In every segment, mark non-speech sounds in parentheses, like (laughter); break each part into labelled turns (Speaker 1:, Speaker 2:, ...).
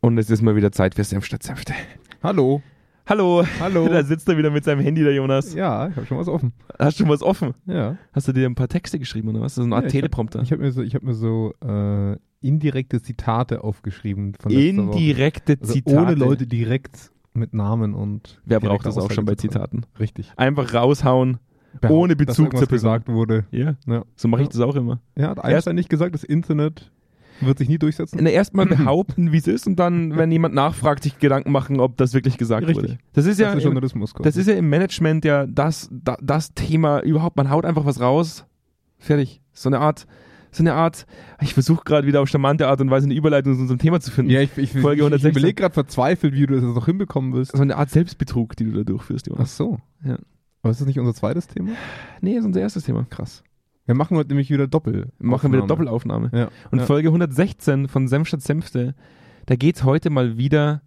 Speaker 1: Und es ist mal wieder Zeit für Senf statt Senfte.
Speaker 2: Hallo.
Speaker 1: Hallo.
Speaker 2: Hallo.
Speaker 1: (laughs) Da sitzt er wieder mit seinem Handy, der Jonas.
Speaker 2: Ja, ich habe schon was offen.
Speaker 1: Hast du schon was offen?
Speaker 2: Ja.
Speaker 1: Hast du dir ein paar Texte geschrieben oder was? So eine Art
Speaker 2: Ja, ich hab-
Speaker 1: Teleprompter.
Speaker 2: Ich habe mir so, ich hab mir so äh, indirekte Zitate aufgeschrieben von letzter Woche.
Speaker 1: Indirekte
Speaker 2: Also
Speaker 1: Zitate.
Speaker 2: Ohne Leute direkt mit Namen und.
Speaker 1: Wer
Speaker 2: direkter
Speaker 1: braucht das auch
Speaker 2: Aussage
Speaker 1: schon bei
Speaker 2: zu treffen.
Speaker 1: Zitaten?
Speaker 2: Richtig.
Speaker 1: Einfach raushauen. Ohne
Speaker 2: Behaupten, dass
Speaker 1: Bezug zur
Speaker 2: irgendwas
Speaker 1: Person.
Speaker 2: gesagt wurde.
Speaker 1: Ja.
Speaker 2: Ja.
Speaker 1: So mache ich
Speaker 2: Ja.
Speaker 1: das auch immer.
Speaker 2: Er hat Einstein nicht gesagt, das Internet wird sich nie durchsetzen.
Speaker 1: Na, erstmal behaupten, wie es ist und dann, wenn jemand nachfragt, sich Gedanken machen, ob das wirklich gesagt
Speaker 2: Richtig.
Speaker 1: wurde. Das ist ja,
Speaker 2: das ist
Speaker 1: im,
Speaker 2: Journalismus. quasi.
Speaker 1: das ist ja im Management ja das, da, das Thema überhaupt. Man haut einfach was raus. Fertig. So eine Art, so eine Art, ich versuche gerade wieder auf charmante Art und Weise eine Überleitung zu unserem Thema zu finden.
Speaker 2: ja, ich, ich, ich,
Speaker 1: Folge
Speaker 2: ich
Speaker 1: 116.
Speaker 2: überlege gerade verzweifelt, wie du das jetzt noch hinbekommen wirst.
Speaker 1: So eine Art Selbstbetrug, die du da durchführst,
Speaker 2: Ach
Speaker 1: Jonas.
Speaker 2: so.
Speaker 1: Ja.
Speaker 2: Aber ist das nicht unser zweites Thema?
Speaker 1: Nee, ist unser erstes Thema. Krass.
Speaker 2: Wir machen heute nämlich wieder Doppel.
Speaker 1: Machen wir eine Doppelaufnahme.
Speaker 2: Ja.
Speaker 1: Und
Speaker 2: ja.
Speaker 1: Folge 116 von Senf statt Senfte, da geht es heute mal wieder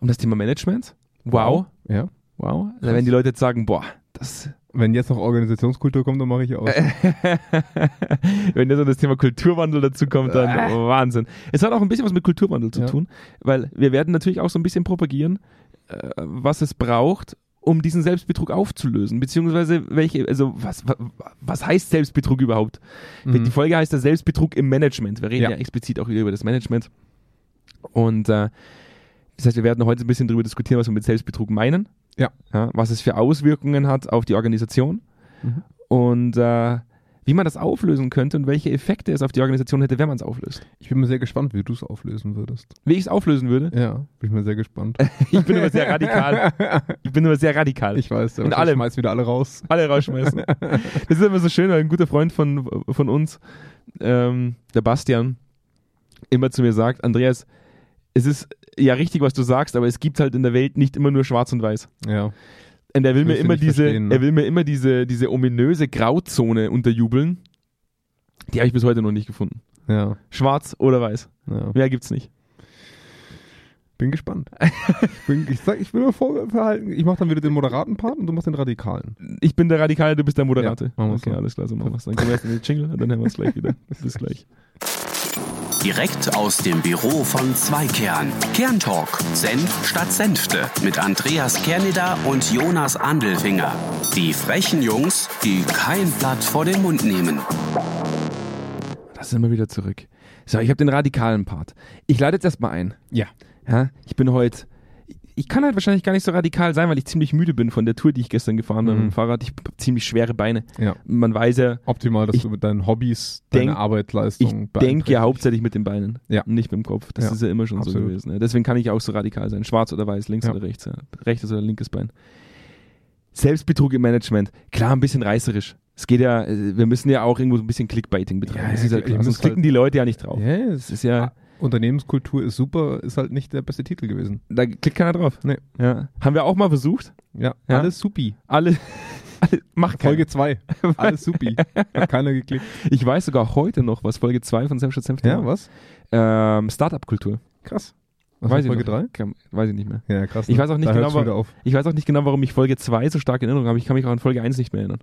Speaker 1: um das Thema Management. Wow.
Speaker 2: Ja.
Speaker 1: Wow. Also
Speaker 2: Krass.
Speaker 1: wenn die Leute jetzt sagen, boah, das.
Speaker 2: Wenn jetzt noch Organisationskultur kommt, dann mache ich aus.
Speaker 1: (laughs) wenn jetzt noch das Thema Kulturwandel dazu kommt, dann Wahnsinn. Es hat auch ein bisschen was mit Kulturwandel zu
Speaker 2: Äh. Ja.
Speaker 1: tun, weil wir werden natürlich auch so ein bisschen propagieren, äh, was es braucht, um diesen Selbstbetrug aufzulösen, beziehungsweise welche, also was, wa- was heißt Selbstbetrug überhaupt?
Speaker 2: Mhm.
Speaker 1: Die Folge heißt der Selbstbetrug im Management. Wir reden ja,
Speaker 2: Ja.
Speaker 1: explizit auch wieder über das Management. Und äh, das heißt, wir werden heute ein bisschen darüber diskutieren, was wir mit Selbstbetrug meinen.
Speaker 2: Ja.
Speaker 1: was es für Auswirkungen hat auf die Organisation
Speaker 2: Mhm.
Speaker 1: und äh, wie man das auflösen könnte und welche Effekte es auf die Organisation hätte, wenn man es auflöst.
Speaker 2: Ich bin mal sehr gespannt, wie du es auflösen würdest.
Speaker 1: Wie ich es auflösen würde,
Speaker 2: Ja, bin ich mal sehr gespannt.
Speaker 1: ich bin immer sehr radikal. Ich bin immer sehr radikal.
Speaker 2: (laughs) ich weiß, der
Speaker 1: Und
Speaker 2: wahrscheinlich
Speaker 1: alle-
Speaker 2: schmeißt wieder alle raus.
Speaker 1: alle rausschmeißen. Das ist immer so schön, weil ein guter Freund von, von uns, ähm, der Bastian, immer zu mir sagt, Andreas, es ist ja richtig, was du sagst, aber es gibt halt in der Welt nicht immer nur schwarz und weiß.
Speaker 2: Ja.
Speaker 1: Und er will mir
Speaker 2: Willst du
Speaker 1: immer
Speaker 2: nicht
Speaker 1: diese,
Speaker 2: verstehen, ne?
Speaker 1: er will mir immer diese, diese ominöse Grauzone unterjubeln. Die habe ich bis heute noch nicht gefunden.
Speaker 2: Ja.
Speaker 1: Schwarz oder weiß.
Speaker 2: ja.
Speaker 1: Mehr gibt's nicht.
Speaker 2: Bin gespannt. (laughs) ich, bin, ich sag, ich will mal vorverhalten. Ich mache dann wieder den moderaten Part und du machst den radikalen.
Speaker 1: Ich bin der Radikale, du bist der Moderate.
Speaker 2: Ja, machen wir's
Speaker 1: okay,
Speaker 2: so.
Speaker 1: alles klar, so machen wir's. (laughs) Dann kommen wir erst in den Jingle und dann haben wir es gleich (laughs) wieder. Bis gleich.
Speaker 3: Direkt aus dem Büro von Zweikern. Kerntalk. Senf statt Senfte. Mit Andreas Kerneder und Jonas Andelfinger. Die frechen Jungs, die kein Blatt vor den Mund nehmen.
Speaker 1: Da sind wir wieder zurück. So, ich habe den radikalen Part. Ich leite jetzt erstmal ein.
Speaker 2: Ja.
Speaker 1: Ja, ich bin heute. Ich kann halt wahrscheinlich gar nicht so radikal sein, weil ich ziemlich müde bin von der Tour, die ich gestern gefahren bin
Speaker 2: Mhm.
Speaker 1: mit dem Fahrrad. Ich habe ziemlich schwere Beine.
Speaker 2: Ja.
Speaker 1: Man weiß ja,
Speaker 2: Optimal, dass
Speaker 1: Ich
Speaker 2: du mit deinen Hobbys
Speaker 1: denk-
Speaker 2: deine
Speaker 1: ich
Speaker 2: Arbeitsleistung
Speaker 1: denke ja
Speaker 2: beeinträchtigst.
Speaker 1: hauptsächlich mit den Beinen,
Speaker 2: Ja.
Speaker 1: nicht mit dem Kopf. Das
Speaker 2: Ja,
Speaker 1: ist ja immer schon so
Speaker 2: absolut.
Speaker 1: gewesen. Ja. Deswegen kann ich auch so radikal sein. Schwarz oder weiß, links
Speaker 2: Ja.
Speaker 1: oder rechts, ja. rechtes oder linkes Bein. Selbstbetrug im Management. Klar, ein bisschen reißerisch. Es geht ja, äh, wir müssen ja auch irgendwo so ein bisschen Clickbaiting betreiben.
Speaker 2: Ja,
Speaker 1: das ist ja
Speaker 2: ihr
Speaker 1: klar.
Speaker 2: müsst
Speaker 1: Sonst klicken
Speaker 2: halt-
Speaker 1: die Leute ja nicht drauf.
Speaker 2: Ja, Ah,
Speaker 1: Das
Speaker 2: es
Speaker 1: ist
Speaker 2: ist
Speaker 1: ja,
Speaker 2: ja. Unternehmenskultur ist super, ist halt nicht der beste Titel gewesen.
Speaker 1: da klickt keiner drauf.
Speaker 2: Nee.
Speaker 1: Ja. Haben wir auch mal versucht.
Speaker 2: Ja,
Speaker 1: Ja.
Speaker 2: alles supi.
Speaker 1: Alle,
Speaker 2: (laughs)
Speaker 1: alle macht keiner.
Speaker 2: Folge (laughs) 2. Alles supi. Hat keiner geklickt.
Speaker 1: Ich weiß sogar heute noch, was Folge 2 von Sam Stadt Senf
Speaker 2: Ja,
Speaker 1: war.
Speaker 2: was?
Speaker 1: Ähm, Startup-Kultur.
Speaker 2: Krass. Was
Speaker 1: Weiß
Speaker 2: war
Speaker 1: ich
Speaker 2: Folge 3?
Speaker 1: noch. Kam- Weiß ich nicht mehr.
Speaker 2: Ja, krass.
Speaker 1: Ich
Speaker 2: ne?
Speaker 1: weiß auch nicht
Speaker 2: da
Speaker 1: genau,
Speaker 2: hört's
Speaker 1: wa-
Speaker 2: schon wieder auf.
Speaker 1: Ich weiß auch nicht genau, warum ich Folge 2 so stark in Erinnerung habe. Ich kann mich auch an Folge 1 nicht mehr erinnern.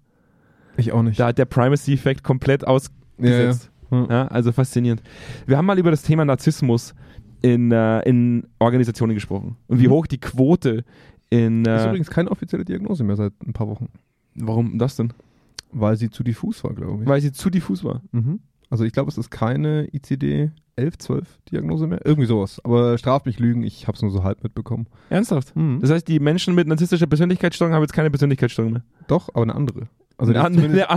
Speaker 2: Ich auch nicht.
Speaker 1: Da hat der Primacy-Effekt komplett
Speaker 2: ja, ja.
Speaker 1: ausgesetzt.
Speaker 2: Hm.
Speaker 1: Ja, also faszinierend. Wir haben mal über das Thema Narzissmus in, äh, in Organisationen gesprochen. Und wie
Speaker 2: Mhm.
Speaker 1: hoch die Quote in.
Speaker 2: Ist
Speaker 1: Äh,
Speaker 2: übrigens keine offizielle Diagnose mehr seit ein paar Wochen,
Speaker 1: warum das denn?
Speaker 2: weil sie zu diffus war, glaube ich.
Speaker 1: Weil sie zu diffus war.
Speaker 2: mhm. Also ich glaube, es ist keine ICD 11, 12 Diagnose mehr, irgendwie sowas. Aber straft mich Lügen, ich habe es nur so halb mitbekommen.
Speaker 1: Ernsthaft?
Speaker 2: Mhm.
Speaker 1: Das heißt, die Menschen mit narzisstischer Persönlichkeitsstörung haben jetzt keine Persönlichkeitsstörung mehr.
Speaker 2: Doch, aber eine andere. Also
Speaker 1: Eine
Speaker 2: das ist
Speaker 1: andere-
Speaker 2: zumindest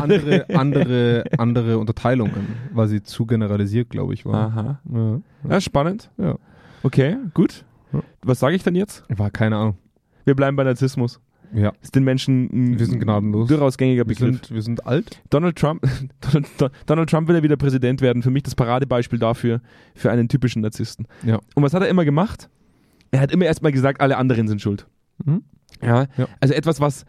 Speaker 2: andere, andere, andere Unterteilungen, weil sie zu generalisiert, glaube ich, war.
Speaker 1: Aha.
Speaker 2: Ja.
Speaker 1: Ja, spannend.
Speaker 2: Ja.
Speaker 1: Okay, gut.
Speaker 2: Ja.
Speaker 1: Was sage ich denn jetzt?
Speaker 2: War keine Ahnung.
Speaker 1: Wir bleiben bei Narzissmus.
Speaker 2: Ja.
Speaker 1: Ist den Menschen ein
Speaker 2: Wir sind gnadenlos.
Speaker 1: durchaus gängiger
Speaker 2: Wir
Speaker 1: Begriff.
Speaker 2: sind, wir sind alt.
Speaker 1: Donald Trump, (laughs) Donald, Don- Donald Trump will ja wieder Präsident werden. Für mich das Paradebeispiel dafür, für einen typischen Narzissten.
Speaker 2: Ja.
Speaker 1: Und was hat er immer gemacht? Er hat immer erstmal gesagt, alle anderen sind schuld.
Speaker 2: Mhm.
Speaker 1: Ja.
Speaker 2: Ja.
Speaker 1: Also etwas, was,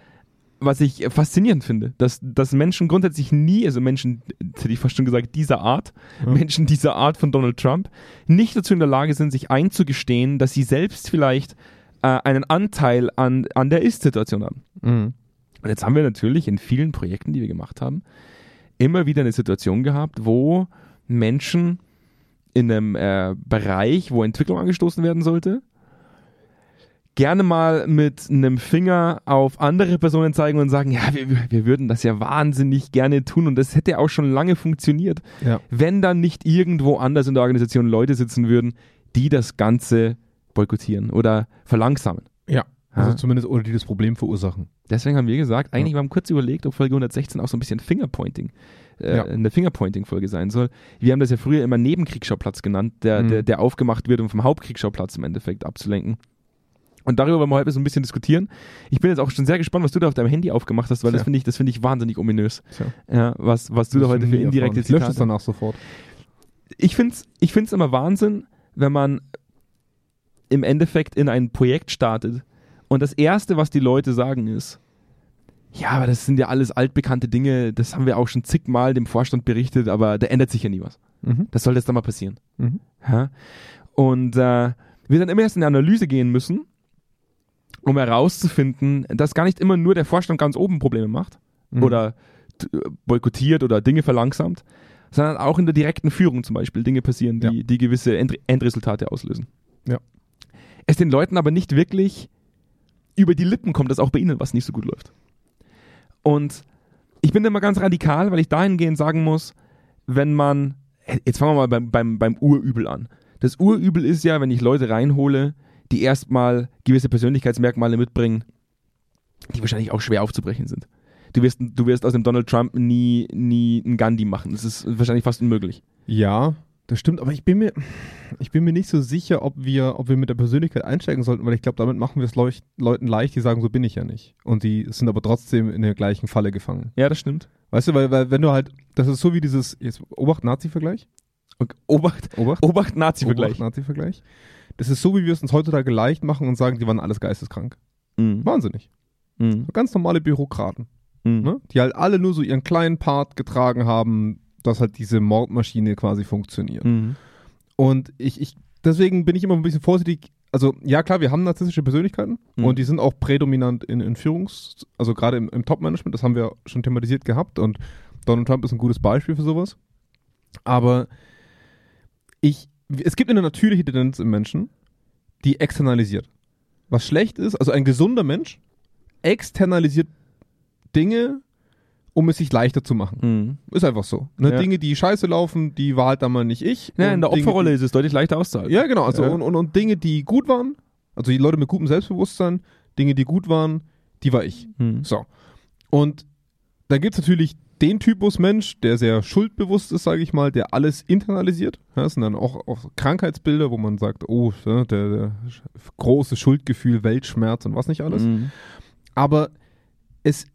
Speaker 1: was ich faszinierend finde, dass, dass Menschen grundsätzlich nie, also Menschen, jetzt hätte ich fast schon gesagt, dieser Art,
Speaker 2: Ja.
Speaker 1: Menschen dieser Art von Donald Trump, nicht dazu in der Lage sind, sich einzugestehen, dass sie selbst vielleicht äh, einen Anteil an, an der Ist-Situation haben.
Speaker 2: Mhm.
Speaker 1: Und jetzt haben wir natürlich in vielen Projekten, die wir gemacht haben, immer wieder eine Situation gehabt, wo Menschen in einem äh, Bereich, wo Entwicklung angestoßen werden sollte, gerne mal mit einem Finger auf andere Personen zeigen und sagen, ja, wir, wir würden das ja wahnsinnig gerne tun und das hätte auch schon lange funktioniert,
Speaker 2: Ja.
Speaker 1: wenn dann nicht irgendwo anders in der Organisation Leute sitzen würden, die das Ganze boykottieren oder verlangsamen.
Speaker 2: Ja. Also
Speaker 1: Ja.
Speaker 2: zumindest, oder die das Problem verursachen.
Speaker 1: Deswegen haben wir gesagt, eigentlich, wir haben kurz überlegt, ob Folge 116 auch so ein bisschen Fingerpointing, äh,
Speaker 2: Ja.
Speaker 1: eine Fingerpointing-Folge sein soll. Wir haben das ja früher immer Nebenkriegsschauplatz genannt, der,
Speaker 2: Mhm.
Speaker 1: der, der aufgemacht wird, um vom Hauptkriegsschauplatz im Endeffekt abzulenken. Und darüber wollen wir heute so ein bisschen diskutieren. Ich bin jetzt auch schon sehr gespannt, was du da auf deinem Handy aufgemacht hast, weil das
Speaker 2: Tja.
Speaker 1: finde ich, das finde ich wahnsinnig ominös.
Speaker 2: Tja.
Speaker 1: Ja, was, was du da heute für indirekte
Speaker 2: Ich lösche es
Speaker 1: Zitate
Speaker 2: danach sofort.
Speaker 1: ich finde es ich find's immer Wahnsinn, wenn man im Endeffekt in ein Projekt startet und das Erste, was die Leute sagen, ist, ja, aber das sind ja alles altbekannte Dinge, das haben wir auch schon zigmal dem Vorstand berichtet, aber da ändert sich ja nie was.
Speaker 2: Mhm.
Speaker 1: Das soll jetzt dann mal passieren.
Speaker 2: Mhm.
Speaker 1: Ja? Und äh, wir dann immer erst in eine Analyse gehen müssen, um herauszufinden, dass gar nicht immer nur der Vorstand ganz oben Probleme macht
Speaker 2: Mhm.
Speaker 1: oder t- äh, boykottiert oder Dinge verlangsamt, sondern auch in der direkten Führung zum Beispiel Dinge passieren, die,
Speaker 2: Ja.
Speaker 1: die gewisse End Endresultate auslösen.
Speaker 2: Ja.
Speaker 1: Es den Leuten aber nicht wirklich über die Lippen kommt, dass auch bei ihnen was nicht so gut läuft. Und ich bin da immer ganz radikal, weil ich dahingehend sagen muss, wenn man, jetzt fangen wir mal beim, beim, beim Urübel an. Das Urübel ist ja, wenn ich Leute reinhole, die erstmal gewisse Persönlichkeitsmerkmale mitbringen, die wahrscheinlich auch schwer aufzubrechen sind. Du wirst, du wirst aus dem Donald Trump nie, nie einen Gandhi machen. Das ist wahrscheinlich fast unmöglich.
Speaker 2: Ja, das stimmt, aber ich bin mir, ich bin mir nicht so sicher, ob wir, ob wir mit der Persönlichkeit einsteigen sollten, weil ich glaube, damit machen wir es leuch- Leuten leicht, die sagen, so bin ich ja nicht. Und die sind aber trotzdem in der gleichen Falle gefangen.
Speaker 1: Ja, das stimmt.
Speaker 2: Weißt du, weil, weil wenn du halt, das ist so wie dieses, jetzt Obacht Nazi-Vergleich.
Speaker 1: Und Obacht, (laughs)
Speaker 2: Obacht,
Speaker 1: Obacht Nazi-Vergleich.
Speaker 2: Obacht Nazi-Vergleich. Das ist so, wie wir es uns heutzutage leicht machen und sagen, die waren alles geisteskrank.
Speaker 1: Mhm.
Speaker 2: Wahnsinnig.
Speaker 1: Mhm.
Speaker 2: Ganz normale Bürokraten,
Speaker 1: Mhm.
Speaker 2: ne? die halt alle nur so ihren kleinen Part getragen haben, dass halt diese Mordmaschine quasi funktioniert.
Speaker 1: Mhm.
Speaker 2: Und ich, ich, deswegen bin ich immer ein bisschen vorsichtig. Also, ja, klar, wir haben narzisstische Persönlichkeiten
Speaker 1: Mhm.
Speaker 2: und die sind auch prädominant in, in Führungs-, also gerade im, im Top-Management, das haben wir schon thematisiert gehabt und Donald Trump ist ein gutes Beispiel für sowas. Aber ich, es gibt eine natürliche Tendenz im Menschen, die externalisiert. Was schlecht ist, also ein gesunder Mensch externalisiert Dinge, um es sich leichter zu machen.
Speaker 1: Mhm.
Speaker 2: Ist einfach so. Ne?
Speaker 1: Ja.
Speaker 2: Dinge, die scheiße laufen, die war halt damals nicht ich.
Speaker 1: Ja, in
Speaker 2: Und
Speaker 1: der
Speaker 2: Dinge,
Speaker 1: Opferrolle ist es deutlich leichter auszuhalten.
Speaker 2: ja, genau. Also
Speaker 1: Ja.
Speaker 2: Und, und, und Dinge, die gut waren, also die Leute mit gutem Selbstbewusstsein, Dinge, die gut waren, die war ich.
Speaker 1: Mhm.
Speaker 2: So. Und dann gibt es natürlich den Typus Mensch, der sehr schuldbewusst ist, sage ich mal, der alles internalisiert. Ja, das sind dann auch, auch Krankheitsbilder, wo man sagt, oh, ja, der, der sch- große Schuldgefühl, Weltschmerz und was nicht alles.
Speaker 1: Mhm.
Speaker 2: Aber es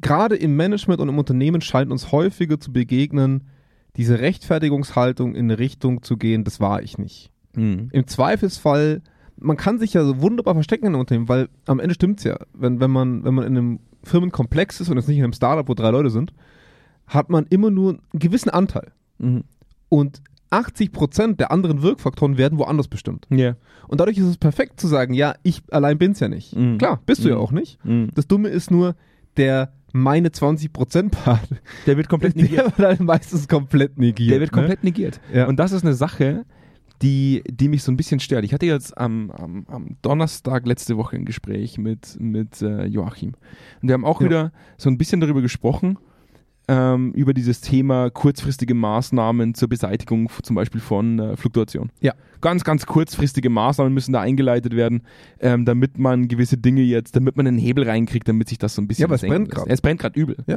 Speaker 2: gerade im Management und im Unternehmen scheint uns häufiger zu begegnen, diese Rechtfertigungshaltung in eine Richtung zu gehen, das war ich nicht
Speaker 1: Mhm.
Speaker 2: im Zweifelsfall, man kann sich ja so wunderbar verstecken in einem Unternehmen, weil am Ende stimmt's ja. Wenn, wenn, man, wenn man in einem Firmenkomplex ist und jetzt nicht in einem Startup, wo drei Leute sind, hat man immer nur einen gewissen Anteil.
Speaker 1: Mhm.
Speaker 2: Und 80% der anderen Wirkfaktoren werden woanders bestimmt.
Speaker 1: Ja.
Speaker 2: Und dadurch ist es perfekt zu sagen, ja, ich allein bin's ja nicht.
Speaker 1: Mhm.
Speaker 2: Klar, bist du ja
Speaker 1: Mhm.
Speaker 2: auch nicht.
Speaker 1: Mhm.
Speaker 2: Das Dumme ist nur, der meine 20%-Part,
Speaker 1: Der wird komplett
Speaker 2: (laughs) der
Speaker 1: negiert.
Speaker 2: (laughs) wird halt meistens komplett negiert.
Speaker 1: Der wird komplett negiert.
Speaker 2: ne? ja.
Speaker 1: Und das ist eine Sache, die, die mich so ein bisschen stört. Ich hatte jetzt am, am, am Donnerstag letzte Woche ein Gespräch mit, mit äh, Joachim. Und wir haben auch
Speaker 2: Ja.
Speaker 1: wieder so ein bisschen darüber gesprochen, ähm, über dieses Thema kurzfristige Maßnahmen zur Beseitigung f- zum Beispiel von äh, Fluktuation.
Speaker 2: Ja.
Speaker 1: Ganz, ganz kurzfristige Maßnahmen müssen da eingeleitet werden, ähm, damit man gewisse Dinge jetzt, damit man einen Hebel reinkriegt, damit sich das so ein bisschen
Speaker 2: Ja, aber es
Speaker 1: senken
Speaker 2: brennt
Speaker 1: lässt.
Speaker 2: grad.
Speaker 1: Es brennt gerade übel.
Speaker 2: Ja.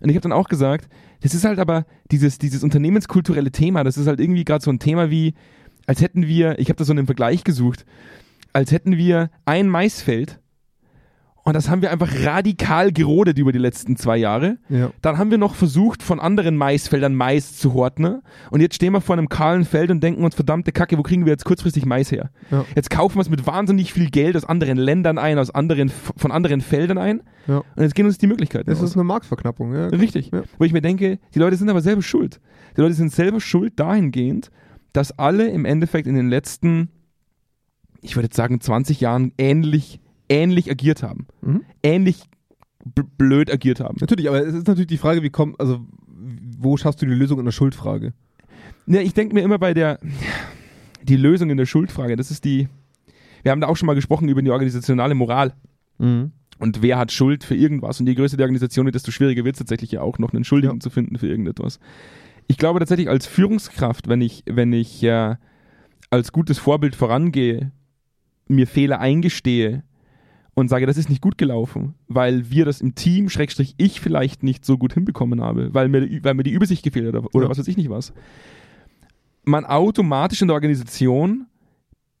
Speaker 1: Und ich habe dann auch gesagt, das ist halt aber dieses, dieses unternehmenskulturelle Thema, das ist halt irgendwie gerade so ein Thema wie, als hätten wir, ich habe da so einen Vergleich gesucht, als hätten wir ein Maisfeld und das haben wir einfach radikal gerodet über die letzten zwei Jahre.
Speaker 2: ja.
Speaker 1: Dann haben wir noch versucht, von anderen Maisfeldern Mais zu horten. ne? Und jetzt stehen wir vor einem kahlen Feld und denken uns, verdammte Kacke, wo kriegen wir jetzt kurzfristig Mais her?
Speaker 2: Ja.
Speaker 1: Jetzt kaufen wir es mit wahnsinnig viel Geld aus anderen Ländern ein, aus anderen, von anderen Feldern ein.
Speaker 2: Ja.
Speaker 1: Und jetzt gehen uns die Möglichkeiten
Speaker 2: Das
Speaker 1: aus.
Speaker 2: ist eine Marktverknappung. Ja.
Speaker 1: Richtig.
Speaker 2: Ja.
Speaker 1: Wo ich mir denke, die Leute sind aber selber schuld. Die Leute sind selber schuld dahingehend, dass alle im Endeffekt in den letzten, ich würde jetzt sagen, 20 Jahren ähnlich, ähnlich agiert haben.
Speaker 2: Mhm.
Speaker 1: Ähnlich b- blöd agiert haben.
Speaker 2: Natürlich, aber es ist natürlich die Frage, wie kommt, also wo schaffst du die Lösung in der Schuldfrage?
Speaker 1: Ja, ich denke Ne, mir immer bei der, die Lösung in der Schuldfrage, das ist die. Wir haben da auch schon mal gesprochen über die organisationale Moral
Speaker 2: Mhm.
Speaker 1: und wer hat Schuld für irgendwas. Und je größer die Organisation wird, desto schwieriger wird es tatsächlich ja auch noch einen Schuldigen
Speaker 2: Ja.
Speaker 1: zu finden für irgendetwas. Ich glaube tatsächlich als Führungskraft, wenn ich, wenn ich äh, als gutes Vorbild vorangehe, mir Fehler eingestehe und sage, das ist nicht gut gelaufen, weil wir das im Team, Schrägstrich ich vielleicht nicht so gut hinbekommen habe, weil mir, weil mir die Übersicht gefehlt hat oder, oder
Speaker 2: Ja.
Speaker 1: was weiß ich nicht was. Man automatisch in der Organisation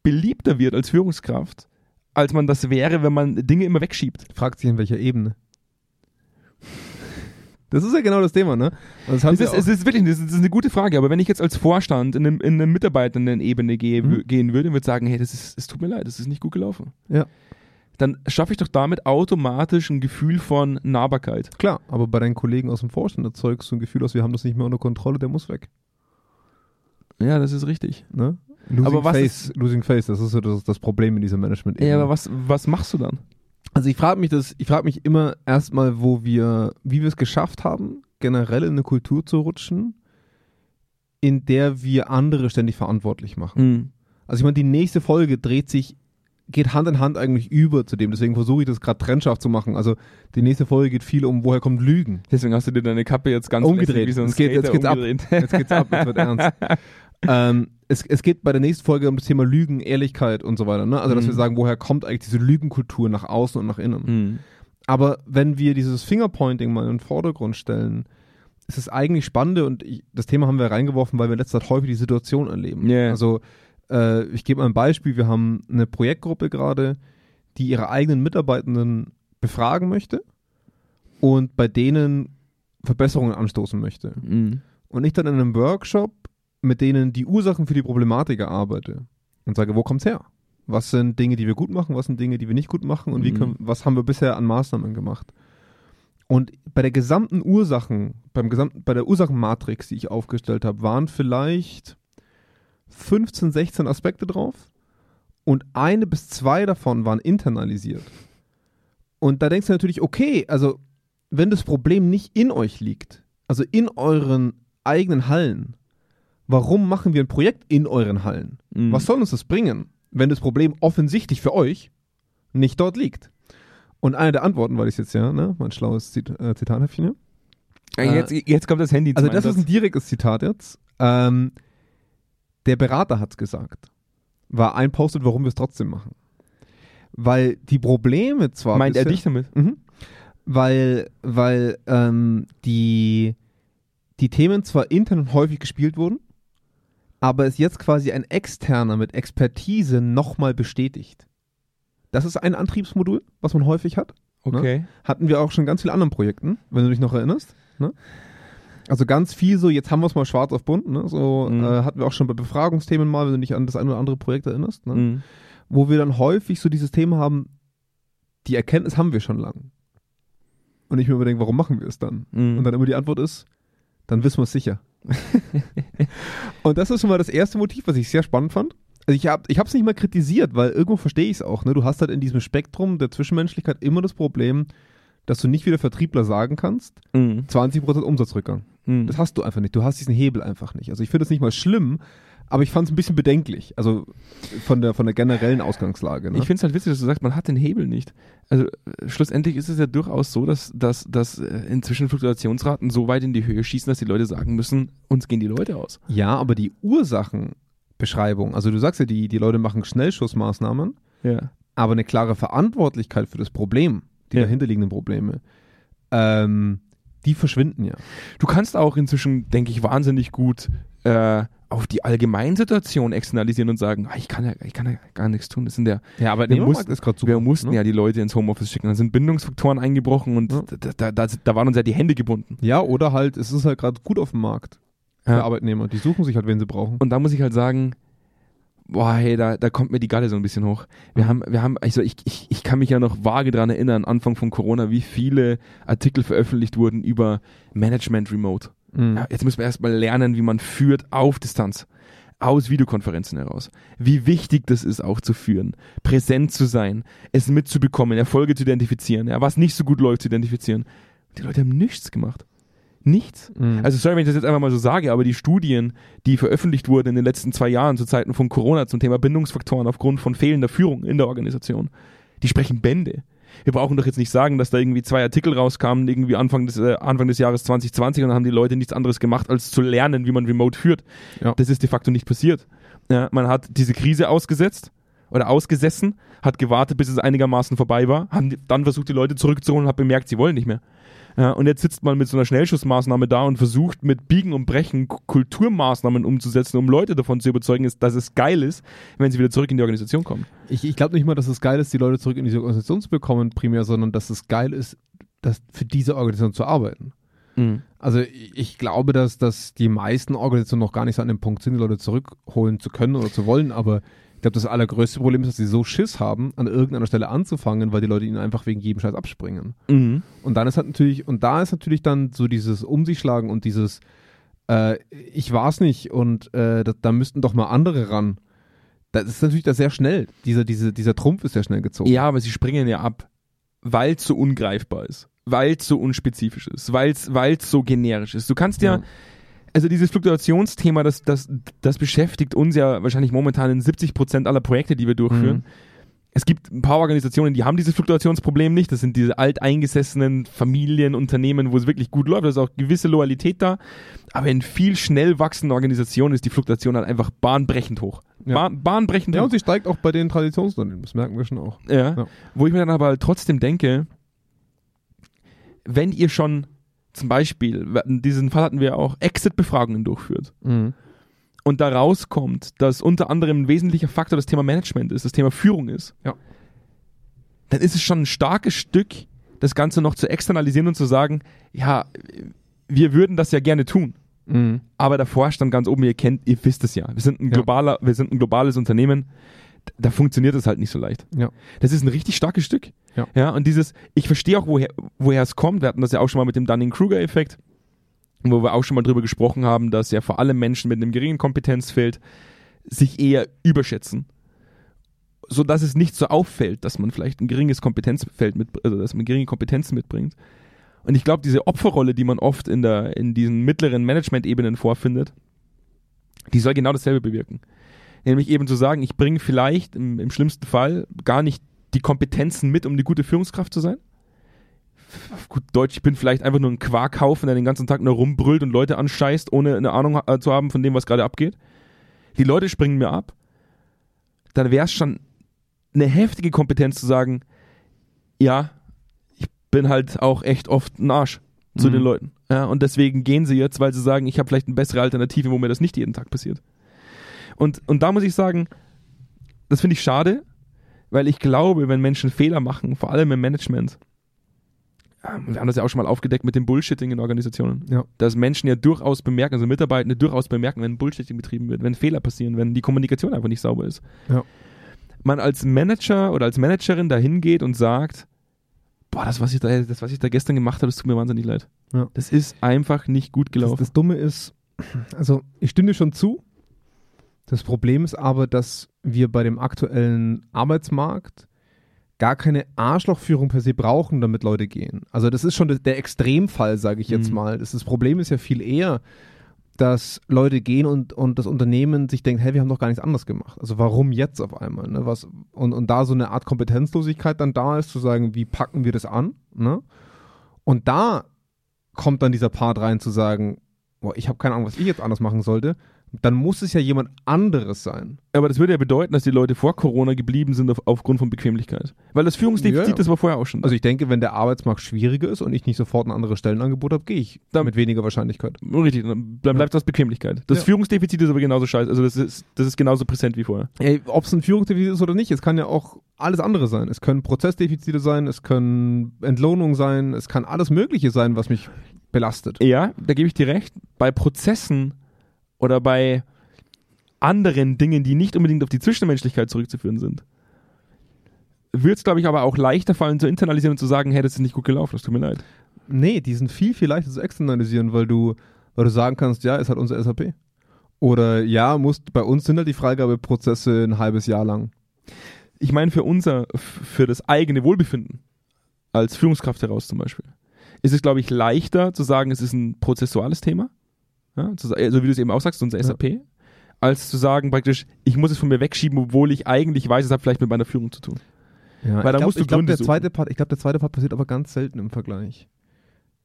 Speaker 1: beliebter wird als Führungskraft, als man das wäre, wenn man Dinge immer wegschiebt.
Speaker 2: Fragt sich, in welcher Ebene. Das ist ja genau das Thema, ne? Also das haben
Speaker 1: Es
Speaker 2: wir
Speaker 1: ist,
Speaker 2: auch-
Speaker 1: es ist wirklich das ist eine gute Frage, aber wenn ich jetzt als Vorstand in, einem, in eine Mitarbeitenden-Ebene gehe,
Speaker 2: Mhm.
Speaker 1: gehen würde und würde sagen, hey, das ist, es tut mir leid, das ist nicht gut gelaufen.
Speaker 2: Ja.
Speaker 1: Dann schaffe ich doch damit automatisch ein Gefühl von Nahbarkeit.
Speaker 2: Klar, aber bei deinen Kollegen aus dem Vorstand erzeugst du ein Gefühl aus, wir haben das nicht mehr unter Kontrolle, der muss weg.
Speaker 1: Ja, das ist richtig.
Speaker 2: Ne? Losing,
Speaker 1: Aber was
Speaker 2: face, losing Face, das ist so das, das Problem in dieser management
Speaker 1: Ja, aber was, was machst du dann?
Speaker 2: Also ich frage mich das, ich frage mich immer erstmal, wo wir, wie wir es geschafft haben, generell in eine Kultur zu rutschen, in der wir andere ständig verantwortlich machen. Also ich meine, die nächste Folge dreht sich, geht Hand in Hand eigentlich über zu dem. Deswegen versuche ich das gerade trennscharf zu machen. Also die nächste Folge geht viel um, woher kommt Lügen.
Speaker 1: Deswegen hast du dir deine Kappe jetzt ganz
Speaker 2: Umgedreht.
Speaker 1: lässig wie so ein
Speaker 2: Es geht- jetzt
Speaker 1: Skater
Speaker 2: geht's ab. (laughs)
Speaker 1: umgedreht.
Speaker 2: Jetzt geht's ab, jetzt wird ernst. Ähm, es, es geht bei der nächsten Folge um das Thema Lügen, Ehrlichkeit und so weiter. Ne? Also dass
Speaker 1: Mhm.
Speaker 2: wir sagen, woher kommt eigentlich diese Lügenkultur nach außen und nach innen.
Speaker 1: Mhm.
Speaker 2: Aber wenn wir dieses Fingerpointing mal in den Vordergrund stellen, ist es eigentlich spannende und ich, das Thema haben wir reingeworfen, weil wir in letzter Zeit häufig die Situation erleben.
Speaker 1: Yeah.
Speaker 2: Also äh, ich gebe mal ein Beispiel, wir haben eine Projektgruppe gerade, die ihre eigenen Mitarbeitenden befragen möchte und bei denen Verbesserungen anstoßen möchte.
Speaker 1: Mhm.
Speaker 2: Und ich dann in einem Workshop mit denen die Ursachen für die Problematik erarbeite und sage, wo kommt's her? Was sind Dinge, die wir gut machen, was sind Dinge, die wir nicht gut machen und wie
Speaker 1: Mhm.
Speaker 2: können, was haben wir bisher an Maßnahmen gemacht? Und bei der gesamten Ursachen, beim gesamten, bei der Ursachenmatrix, die ich aufgestellt habe, waren vielleicht 15, 16 Aspekte drauf und eine bis zwei davon waren internalisiert. Und da denkst du natürlich, okay, also wenn das Problem nicht in euch liegt, also in euren eigenen Hallen, warum machen wir ein Projekt in euren Hallen?
Speaker 1: Mhm.
Speaker 2: Was soll uns das bringen, wenn das Problem offensichtlich für euch nicht dort liegt? Und eine der Antworten war das jetzt ja, ne? mein schlaues Zit äh, Zitathäppchen hier.
Speaker 1: Äh, Jetzt, jetzt kommt das Handy
Speaker 2: Also
Speaker 1: zum
Speaker 2: das ist ein
Speaker 1: Einsatz.
Speaker 2: direktes Zitat jetzt. Ähm, der Berater hat's gesagt. War ein Post-it, warum wir es trotzdem machen. Weil die Probleme zwar
Speaker 1: Meint er
Speaker 2: bisher-
Speaker 1: dich damit?
Speaker 2: Mhm. Weil, weil ähm, die, die Themen zwar intern und häufig gespielt wurden, aber es jetzt quasi ein externer mit Expertise nochmal bestätigt. Das ist ein Antriebsmodul, was man häufig hat. ne?
Speaker 1: Okay.
Speaker 2: Hatten wir auch schon ganz viele anderen Projekten, wenn du dich noch erinnerst. Ne? Also ganz viel so, jetzt haben wir es mal schwarz auf bunt, ne? so
Speaker 1: Mhm.
Speaker 2: äh, hatten wir auch schon bei Befragungsthemen mal, wenn du dich an das ein oder andere Projekt erinnerst. Ne?
Speaker 1: Mhm.
Speaker 2: wo wir dann häufig so dieses Thema haben, die Erkenntnis haben wir schon lange. Und ich mir überdenke, warum machen wir es dann?
Speaker 1: Mhm.
Speaker 2: Und dann immer die Antwort ist, dann wissen wir es sicher. und das ist schon mal das erste Motiv, was ich sehr spannend fand. Also ich habe es nicht mal kritisiert, weil irgendwo verstehe ich es auch. Ne? Du hast halt in diesem Spektrum der Zwischenmenschlichkeit immer das Problem, dass du nicht wie der Vertriebler sagen kannst,
Speaker 1: Mhm.
Speaker 2: 20% Umsatzrückgang.
Speaker 1: Mhm.
Speaker 2: Das hast du einfach nicht. Du hast diesen Hebel einfach nicht. Also ich finde es nicht mal schlimm, aber ich fand es ein bisschen bedenklich. Also von der, von der generellen Ausgangslage. Ne?
Speaker 1: Ich finde es halt witzig, dass du sagst, man hat den Hebel nicht. Also äh, schlussendlich ist es ja durchaus so, dass, dass, dass äh, inzwischen Fluktuationsraten so weit in die Höhe schießen, dass die Leute sagen müssen, uns gehen die Leute aus.
Speaker 2: ja, aber die Ursachenbeschreibung, also du sagst ja, die, die Leute machen Schnellschussmaßnahmen,
Speaker 1: Ja.
Speaker 2: aber eine klare Verantwortlichkeit für das Problem, die
Speaker 1: Ja.
Speaker 2: dahinterliegenden Probleme, ähm, die verschwinden ja.
Speaker 1: Du kannst auch inzwischen, denke ich, wahnsinnig gut äh, auf die Allgemeinsituation externalisieren und sagen, ah, ich, kann ja, ich kann ja gar nichts tun. Das sind ja,
Speaker 2: Ja, aber
Speaker 1: Arbeitnehmermarkt
Speaker 2: ist gerade
Speaker 1: wir mussten
Speaker 2: ne?
Speaker 1: ja die Leute ins Homeoffice schicken. Da sind Bindungsfaktoren eingebrochen und
Speaker 2: Ja.
Speaker 1: da, da, da, da waren uns ja die Hände gebunden.
Speaker 2: Ja, oder halt, es ist halt gerade gut auf dem Markt für
Speaker 1: Ja.
Speaker 2: Arbeitnehmer. Die suchen sich halt, wen sie brauchen.
Speaker 1: Und da muss ich halt sagen, boah, hey, da, da kommt mir die Galle so ein bisschen hoch. Wir haben, wir haben, also ich, ich, ich kann mich ja noch vage dran erinnern, Anfang von Corona, wie viele Artikel veröffentlicht wurden über Management Remote.
Speaker 2: Mhm.
Speaker 1: Ja, jetzt müssen wir erstmal lernen, wie man führt auf Distanz, aus Videokonferenzen heraus. Wie wichtig das ist, auch zu führen, präsent zu sein, es mitzubekommen, Erfolge zu identifizieren, ja, was nicht so gut läuft, zu identifizieren. Die Leute haben nichts gemacht. Nichts.
Speaker 2: Mhm.
Speaker 1: Also sorry, wenn ich das jetzt einfach mal so sage, aber die Studien, die veröffentlicht wurden in den letzten zwei Jahren zu Zeiten von Corona zum Thema Bindungsfaktoren aufgrund von fehlender Führung in der Organisation, die sprechen Bände. Wir brauchen doch jetzt nicht sagen, dass da irgendwie zwei Artikel rauskamen, irgendwie Anfang des, äh, Anfang des Jahres 2020 und dann haben die Leute nichts anderes gemacht, als zu lernen, wie man remote führt.
Speaker 2: Ja.
Speaker 1: Das ist de facto nicht passiert. Ja, man hat diese Krise ausgesetzt oder ausgesessen, hat gewartet, bis es einigermaßen vorbei war, haben die- dann versucht, die Leute zurückzuholen und hat bemerkt, sie wollen nicht mehr. Ja, und jetzt sitzt man mit so einer Schnellschussmaßnahme da und versucht mit Biegen und Brechen K- Kulturmaßnahmen umzusetzen, um Leute davon zu überzeugen, ist- dass es geil ist, wenn sie wieder zurück in die Organisation kommen.
Speaker 2: Ich, ich glaube nicht mal, dass es geil ist, die Leute zurück in diese Organisation zu bekommen, primär, sondern dass es geil ist, dass für diese Organisation zu arbeiten.
Speaker 1: Mhm.
Speaker 2: Also ich ich glaube, dass, dass die meisten Organisationen noch gar nicht so an dem Punkt sind, die Leute zurückholen zu können oder zu wollen, aber ich glaube, das allergrößte Problem ist, dass sie so Schiss haben, an irgendeiner Stelle anzufangen, weil die Leute ihnen einfach wegen jedem Scheiß abspringen.
Speaker 1: Mhm.
Speaker 2: Und dann ist halt natürlich, und da ist natürlich dann so dieses Um sich schlagen und dieses äh, Ich war's nicht und äh, da, da müssten doch mal andere ran. Das ist natürlich da sehr schnell. Dieser, diese, dieser Trumpf ist sehr schnell gezogen.
Speaker 1: Ja, aber sie springen ja ab, weil es so ungreifbar ist, weil es so unspezifisch ist, weil es so generisch ist. Du kannst ja,
Speaker 2: Ja.
Speaker 1: also dieses Fluktuationsthema, das, das, das beschäftigt uns ja wahrscheinlich momentan in 70 Prozent aller Projekte, die wir durchführen.
Speaker 2: Mhm.
Speaker 1: Es gibt ein paar Organisationen, die haben dieses Fluktuationsproblem nicht. Das sind diese alteingesessenen Familien, Unternehmen, wo es wirklich gut läuft. Da ist auch gewisse Loyalität da. Aber in viel schnell wachsenden Organisationen ist die Fluktuation halt einfach bahnbrechend hoch.
Speaker 2: Ja.
Speaker 1: Bahn, bahnbrechend
Speaker 2: Ja,
Speaker 1: hoch.
Speaker 2: und sie steigt auch bei den Traditionsunternehmen, das merken wir schon auch.
Speaker 1: Ja.
Speaker 2: Ja.
Speaker 1: Wo ich mir dann aber halt trotzdem denke, wenn ihr schon zum Beispiel, wir hatten- diesen Fall hatten wir auch, Exit-Befragungen durchführt und da rauskommt, dass unter anderem ein wesentlicher Faktor das Thema Management ist, das Thema Führung ist,
Speaker 2: Ja.
Speaker 1: dann ist es schon ein starkes Stück, das Ganze noch zu externalisieren und zu sagen, ja, wir würden das ja gerne tun. Aber davor stand ganz oben, ihr kennt, ihr wisst es ja. Wir sind ein
Speaker 2: Ja.
Speaker 1: globaler, wir sind ein globales Unternehmen. D- Da funktioniert es halt nicht so leicht.
Speaker 2: Ja.
Speaker 1: Das ist ein richtig starkes Stück.
Speaker 2: Ja.
Speaker 1: und dieses, ich verstehe auch, woher, woher es kommt. Wir hatten das ja auch schon mal mit dem Dunning-Kruger-Effekt, wo wir auch schon mal drüber gesprochen haben, dass ja vor allem Menschen mit einem geringen Kompetenzfeld sich eher überschätzen. So dass es nicht so auffällt, dass man vielleicht ein geringes Kompetenzfeld mit, also dass man geringe Kompetenzen mitbringt. Und ich glaube, diese Opferrolle, die man oft in, der, in diesen mittleren Management-Ebenen vorfindet, die soll genau dasselbe bewirken. Nämlich eben zu sagen, ich bringe vielleicht im, im schlimmsten Fall gar nicht die Kompetenzen mit, um eine gute Führungskraft zu sein. Auf gut Deutsch, ich bin vielleicht einfach nur ein Quarkhaufen, der den ganzen Tag nur rumbrüllt und Leute anscheißt, ohne eine Ahnung äh, zu haben von dem, was gerade abgeht. Die Leute springen mir ab. Dann wäre es schon eine heftige Kompetenz zu sagen, ja, ich bin halt auch echt oft ein Arsch zu
Speaker 2: Mhm.
Speaker 1: den Leuten. Ja, und deswegen gehen sie jetzt, weil sie sagen, ich habe vielleicht eine bessere Alternative, wo mir das nicht jeden Tag passiert. Und, und da muss ich sagen, das finde ich schade, weil ich glaube, wenn Menschen Fehler machen, vor allem im Management, ähm, wir haben das ja auch schon mal aufgedeckt mit dem Bullshitting in Organisationen,
Speaker 2: Ja.
Speaker 1: dass Menschen ja durchaus bemerken, also Mitarbeitende durchaus bemerken, wenn Bullshitting betrieben wird, wenn Fehler passieren, wenn die Kommunikation einfach nicht sauber ist.
Speaker 2: Ja.
Speaker 1: Man als Manager oder als Managerin dahin geht und sagt, boah, das, was ich da, das, was ich da gestern gemacht habe, das tut mir wahnsinnig leid.
Speaker 2: Ja.
Speaker 1: Das ist einfach nicht gut
Speaker 2: Das,
Speaker 1: gelaufen.
Speaker 2: das Dumme ist, also ich stimme dir schon zu. Das Problem ist aber, dass wir bei dem aktuellen Arbeitsmarkt gar keine Arschlochführung per se brauchen, damit Leute gehen. Also das ist schon der- der Extremfall, sage ich jetzt
Speaker 1: Mhm.
Speaker 2: mal. Das, das Problem ist ja viel eher, dass Leute gehen und, und das Unternehmen sich denkt, hey, wir haben doch gar nichts anderes gemacht. Also warum jetzt auf einmal? Ne? Was, und, und da so eine Art Kompetenzlosigkeit dann da ist, zu sagen, wie packen wir das an? Ne? Und da kommt dann dieser Part rein, zu sagen, boah, ich habe keine Ahnung, was ich jetzt anders machen sollte. Dann muss es ja jemand anderes sein.
Speaker 1: Aber das würde ja bedeuten, dass die Leute vor Corona geblieben sind auf, aufgrund von Bequemlichkeit. Weil das Führungsdefizit,
Speaker 2: Ja, ja.
Speaker 1: das war vorher auch schon. da.
Speaker 2: Also ich denke, wenn der Arbeitsmarkt schwieriger ist und ich nicht sofort ein anderes Stellenangebot habe, gehe ich
Speaker 1: Dann-
Speaker 2: mit weniger Wahrscheinlichkeit.
Speaker 1: Richtig, dann bleib- bleibt das Bequemlichkeit. Das
Speaker 2: Ja.
Speaker 1: Führungsdefizit ist aber genauso scheiße, also das ist, das ist genauso präsent wie vorher.
Speaker 2: Ob es ein Führungsdefizit ist oder nicht, es kann ja auch alles andere sein. Es können Prozessdefizite sein, es können Entlohnungen sein, es kann alles Mögliche sein, was mich belastet.
Speaker 1: Ja, da gebe ich dir recht. Bei Prozessen oder bei anderen Dingen, die nicht unbedingt auf die Zwischenmenschlichkeit zurückzuführen sind, wird es, glaube ich, aber auch leichter fallen zu internalisieren und zu sagen, hey, das ist nicht gut gelaufen, das tut mir leid.
Speaker 2: Nee, die sind viel, viel leichter zu externalisieren, weil du, weil du sagen kannst, ja, ist halt unser SAP. Oder ja, musst, bei uns sind halt die Freigabeprozesse ein halbes Jahr lang.
Speaker 1: Ich meine, für unser, f- für das eigene Wohlbefinden als Führungskraft heraus zum Beispiel, ist es, glaube ich, leichter zu sagen, es ist ein prozessuales Thema, ja, zu, sa- äh, so wie du es eben auch sagst, so ein SAP, als zu sagen praktisch, ich muss es von mir wegschieben, obwohl ich eigentlich weiß, es hat vielleicht mit meiner Führung zu tun.
Speaker 2: Ja,
Speaker 1: Weil da
Speaker 2: ich glaub-
Speaker 1: musst du
Speaker 2: ich glaub,
Speaker 1: Gründe
Speaker 2: der
Speaker 1: suchen.
Speaker 2: zweite Part, Ich glaube, der zweite Part passiert aber ganz selten im Vergleich.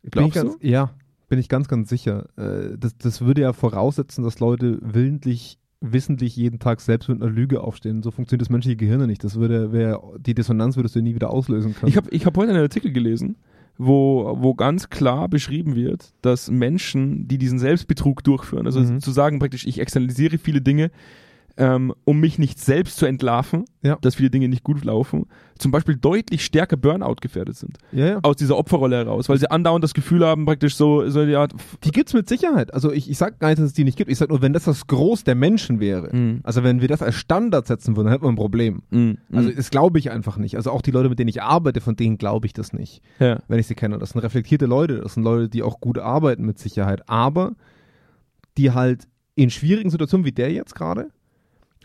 Speaker 1: Glaubst
Speaker 2: bin ich ganz, Ja, bin ich ganz, ganz sicher. Äh, Das, das würde ja voraussetzen, dass Leute willentlich, wissentlich jeden Tag selbst mit einer Lüge aufstehen. So funktioniert das menschliche Gehirn ja nicht. Das würde, wär, die Dissonanz würdest du nie wieder auslösen können.
Speaker 1: Ich habe ich hab heute einen Artikel gelesen, wo, wo ganz klar beschrieben wird, dass Menschen, die diesen Selbstbetrug durchführen, also
Speaker 2: Mhm.
Speaker 1: zu sagen praktisch, ich externalisiere viele Dinge, ähm, um mich nicht selbst zu entlarven,
Speaker 2: Ja.
Speaker 1: dass viele Dinge nicht gut laufen, zum Beispiel deutlich stärker Burnout gefährdet sind.
Speaker 2: ja, ja.
Speaker 1: Aus dieser Opferrolle heraus, weil sie andauernd das Gefühl haben, praktisch so, so eine Art.
Speaker 2: Die gibt es mit Sicherheit. Also ich, ich sage gar nicht, dass es die nicht gibt. Ich sage nur, wenn das das Groß der Menschen wäre,
Speaker 1: Mhm.
Speaker 2: also wenn wir das als Standard setzen würden, dann hätten wir ein Problem.
Speaker 1: Mhm.
Speaker 2: Also das glaube ich einfach nicht. Also auch die Leute, mit denen ich arbeite, von denen glaube ich das nicht.
Speaker 1: ja.
Speaker 2: wenn ich sie kenne. Das sind reflektierte Leute, das sind Leute, die auch gut arbeiten mit Sicherheit, aber die halt in schwierigen Situationen wie der jetzt gerade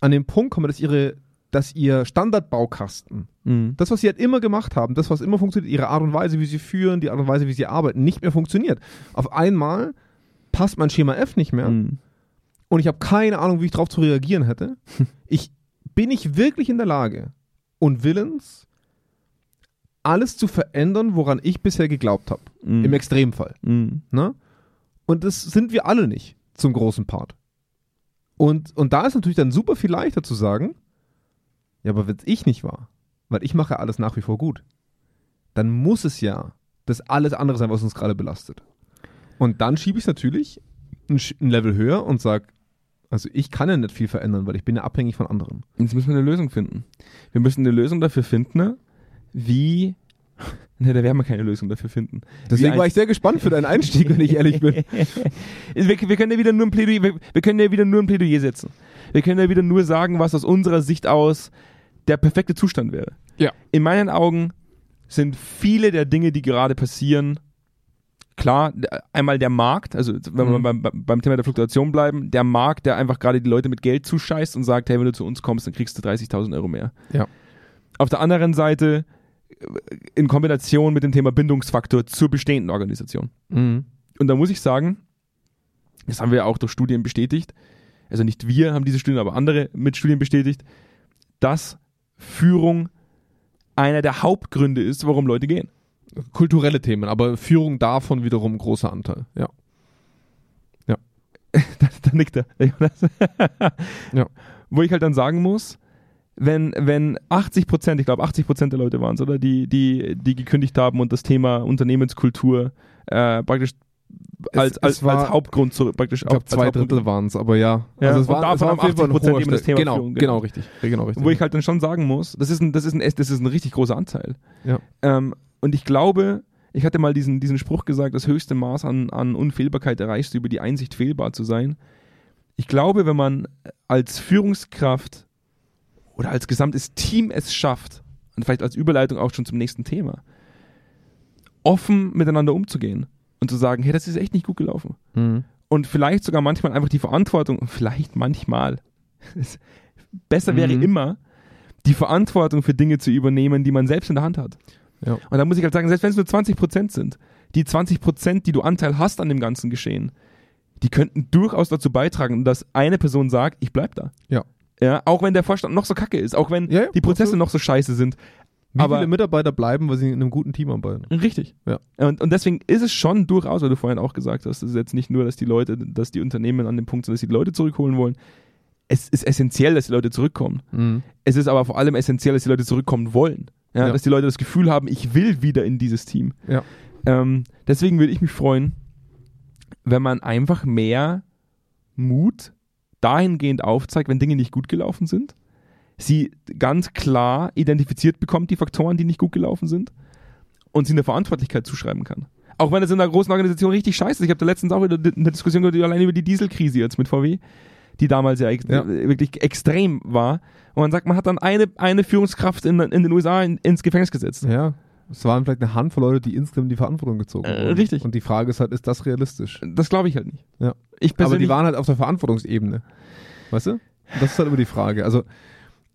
Speaker 2: an den Punkt kommen, dass ihre dass ihr Standardbaukasten,
Speaker 1: Mhm.
Speaker 2: das, was sie halt immer gemacht haben, das, was immer funktioniert, ihre Art und Weise, wie sie führen, die Art und Weise, wie sie arbeiten, nicht mehr funktioniert. Auf einmal passt mein Schema F nicht mehr
Speaker 1: Mhm.
Speaker 2: und ich habe keine Ahnung, wie ich darauf zu reagieren hätte. Ich bin ich wirklich in der Lage und willens, alles zu verändern, woran ich bisher geglaubt habe.
Speaker 1: Mhm.
Speaker 2: Im Extremfall.
Speaker 1: Mhm.
Speaker 2: Ne? Und das sind wir alle nicht zum großen Part. Und, und da ist natürlich dann super viel leichter zu sagen, ja, aber wenn es ich nicht war, weil ich mache alles nach wie vor gut, dann muss es ja das alles andere sein, was uns gerade belastet. Und dann schiebe ich es natürlich ein, Sch- ein Level höher und sage, also ich kann ja nicht viel verändern, weil ich bin ja abhängig von anderen.
Speaker 1: Jetzt müssen wir eine Lösung finden. Wir müssen eine Lösung dafür finden, ne? wie. (laughs) Ne, da werden wir keine Lösung dafür finden.
Speaker 2: Deswegen
Speaker 1: ein-
Speaker 2: war ich sehr gespannt für deinen Einstieg, wenn ich ehrlich (laughs) bin.
Speaker 1: wir, wir können ja wieder nur ein Plädoyer, wir, wir können ja wieder nur ein Plädoyer setzen. Wir können ja wieder nur sagen, was aus unserer Sicht aus der perfekte Zustand wäre.
Speaker 2: Ja.
Speaker 1: In meinen Augen sind viele der Dinge, die gerade passieren, klar, d- einmal der Markt, also wenn wir
Speaker 2: Mhm.
Speaker 1: beim, beim- beim Thema der Fluktuation bleiben, der Markt, der einfach gerade die Leute mit Geld zuscheißt und sagt, hey, wenn du zu uns kommst, dann kriegst du 30.000 Euro mehr.
Speaker 2: Ja.
Speaker 1: Auf der anderen Seite äh, in Kombination mit dem Thema Bindungsfaktor zur bestehenden Organisation.
Speaker 2: Mhm.
Speaker 1: Und da muss ich sagen, das haben wir ja auch durch Studien bestätigt, also nicht wir haben diese Studien, aber andere mit Studien bestätigt, dass Führung einer der Hauptgründe ist, warum Leute gehen. (laughs)
Speaker 2: Kulturelle Themen, aber Führung davon wiederum großer Anteil. Ja.
Speaker 1: da, da nickt er. der Jonas.
Speaker 2: (laughs) Ja.
Speaker 1: Wo ich halt dann sagen muss, wenn, wenn 80 Prozent, ich glaube 80 Prozent der Leute waren es, oder die, die, die gekündigt haben und das Thema Unternehmenskultur äh, praktisch
Speaker 2: Es-
Speaker 1: als, als,
Speaker 2: es war-
Speaker 1: als Hauptgrund zurück, praktisch
Speaker 2: Ich glaube,
Speaker 1: als
Speaker 2: zwei
Speaker 1: Hauptgrund-
Speaker 2: Drittel waren es, aber ja. Also
Speaker 1: Ja,
Speaker 2: es
Speaker 1: und
Speaker 2: war,
Speaker 1: davon
Speaker 2: es war
Speaker 1: haben
Speaker 2: auf jeden Fall ein
Speaker 1: 80%
Speaker 2: hoher
Speaker 1: eben das
Speaker 2: Stelle.
Speaker 1: Thema
Speaker 2: genau,
Speaker 1: Führung,
Speaker 2: genau,
Speaker 1: genau.
Speaker 2: richtig. Genau, richtig.
Speaker 1: Wo ich halt dann schon sagen muss, das ist ein, das ist ein, echt- das ist ein richtig großer Anteil.
Speaker 2: Ja.
Speaker 1: Ähm, und ich glaube, ich hatte mal diesen, diesen Spruch gesagt, das höchste Maß an, an Unfehlbarkeit erreichst du über die Einsicht, fehlbar zu sein. Ich glaube, wenn man als Führungskraft oder als gesamtes Team es schafft, und vielleicht als Überleitung auch schon zum nächsten Thema, offen miteinander umzugehen und zu sagen, hey, das ist echt nicht gut gelaufen
Speaker 2: Mhm.
Speaker 1: und vielleicht sogar manchmal einfach die Verantwortung, vielleicht manchmal, (laughs) besser wäre
Speaker 2: Mhm.
Speaker 1: immer, die Verantwortung für Dinge zu übernehmen, die man selbst in der Hand hat.
Speaker 2: Ja.
Speaker 1: Und da muss ich halt sagen, selbst wenn es nur 20 Prozent sind, die 20 Prozent, die du Anteil hast an dem ganzen Geschehen, die könnten durchaus dazu beitragen, dass eine Person sagt, ich bleib da.
Speaker 2: Ja.
Speaker 1: Ja, auch wenn der Vorstand noch so kacke ist, auch wenn
Speaker 2: Ja, ja,
Speaker 1: die Prozesse
Speaker 2: absolut.
Speaker 1: noch so scheiße sind.
Speaker 2: Wie
Speaker 1: Aber-
Speaker 2: viele Mitarbeiter bleiben, weil sie in einem guten Team arbeiten?
Speaker 1: Richtig.
Speaker 2: Ja.
Speaker 1: Und, und deswegen ist es schon durchaus, weil du vorhin auch gesagt hast, es ist jetzt nicht nur, dass die Leute, dass die Unternehmen an dem Punkt sind, dass sie die Leute zurückholen wollen. Es ist essentiell, dass die Leute zurückkommen.
Speaker 2: Mhm.
Speaker 1: Es ist aber vor allem essentiell, dass die Leute zurückkommen wollen. Ja,
Speaker 2: Ja.
Speaker 1: Dass die Leute das Gefühl haben, ich will wieder in dieses Team.
Speaker 2: Ja.
Speaker 1: Ähm, deswegen würde ich mich freuen, wenn man einfach mehr Mut dahingehend aufzeigt, wenn Dinge nicht gut gelaufen sind, sie ganz klar identifiziert bekommt, die Faktoren, die nicht gut gelaufen sind, und sie eine Verantwortlichkeit zuschreiben kann. Auch wenn es in einer großen Organisation richtig scheiße ist. Ich habe da letztens auch wieder eine Diskussion gehört, allein über die Dieselkrise jetzt mit VW, die damals ja, ex
Speaker 2: Ja.
Speaker 1: wirklich extrem war. Und man sagt, man hat dann eine, eine Führungskraft in, in den USA in, ins Gefängnis gesetzt.
Speaker 2: Ja. Es waren vielleicht eine Handvoll Leute, die insgesamt die Verantwortung gezogen
Speaker 1: Äh,
Speaker 2: wurden.
Speaker 1: richtig.
Speaker 2: Und die Frage ist halt, ist das realistisch?
Speaker 1: Das glaube ich halt nicht.
Speaker 2: Ja.
Speaker 1: Ich
Speaker 2: Aber die
Speaker 1: persönlich.
Speaker 2: waren halt auf der Verantwortungsebene. Weißt du? Das ist halt immer die Frage. Also,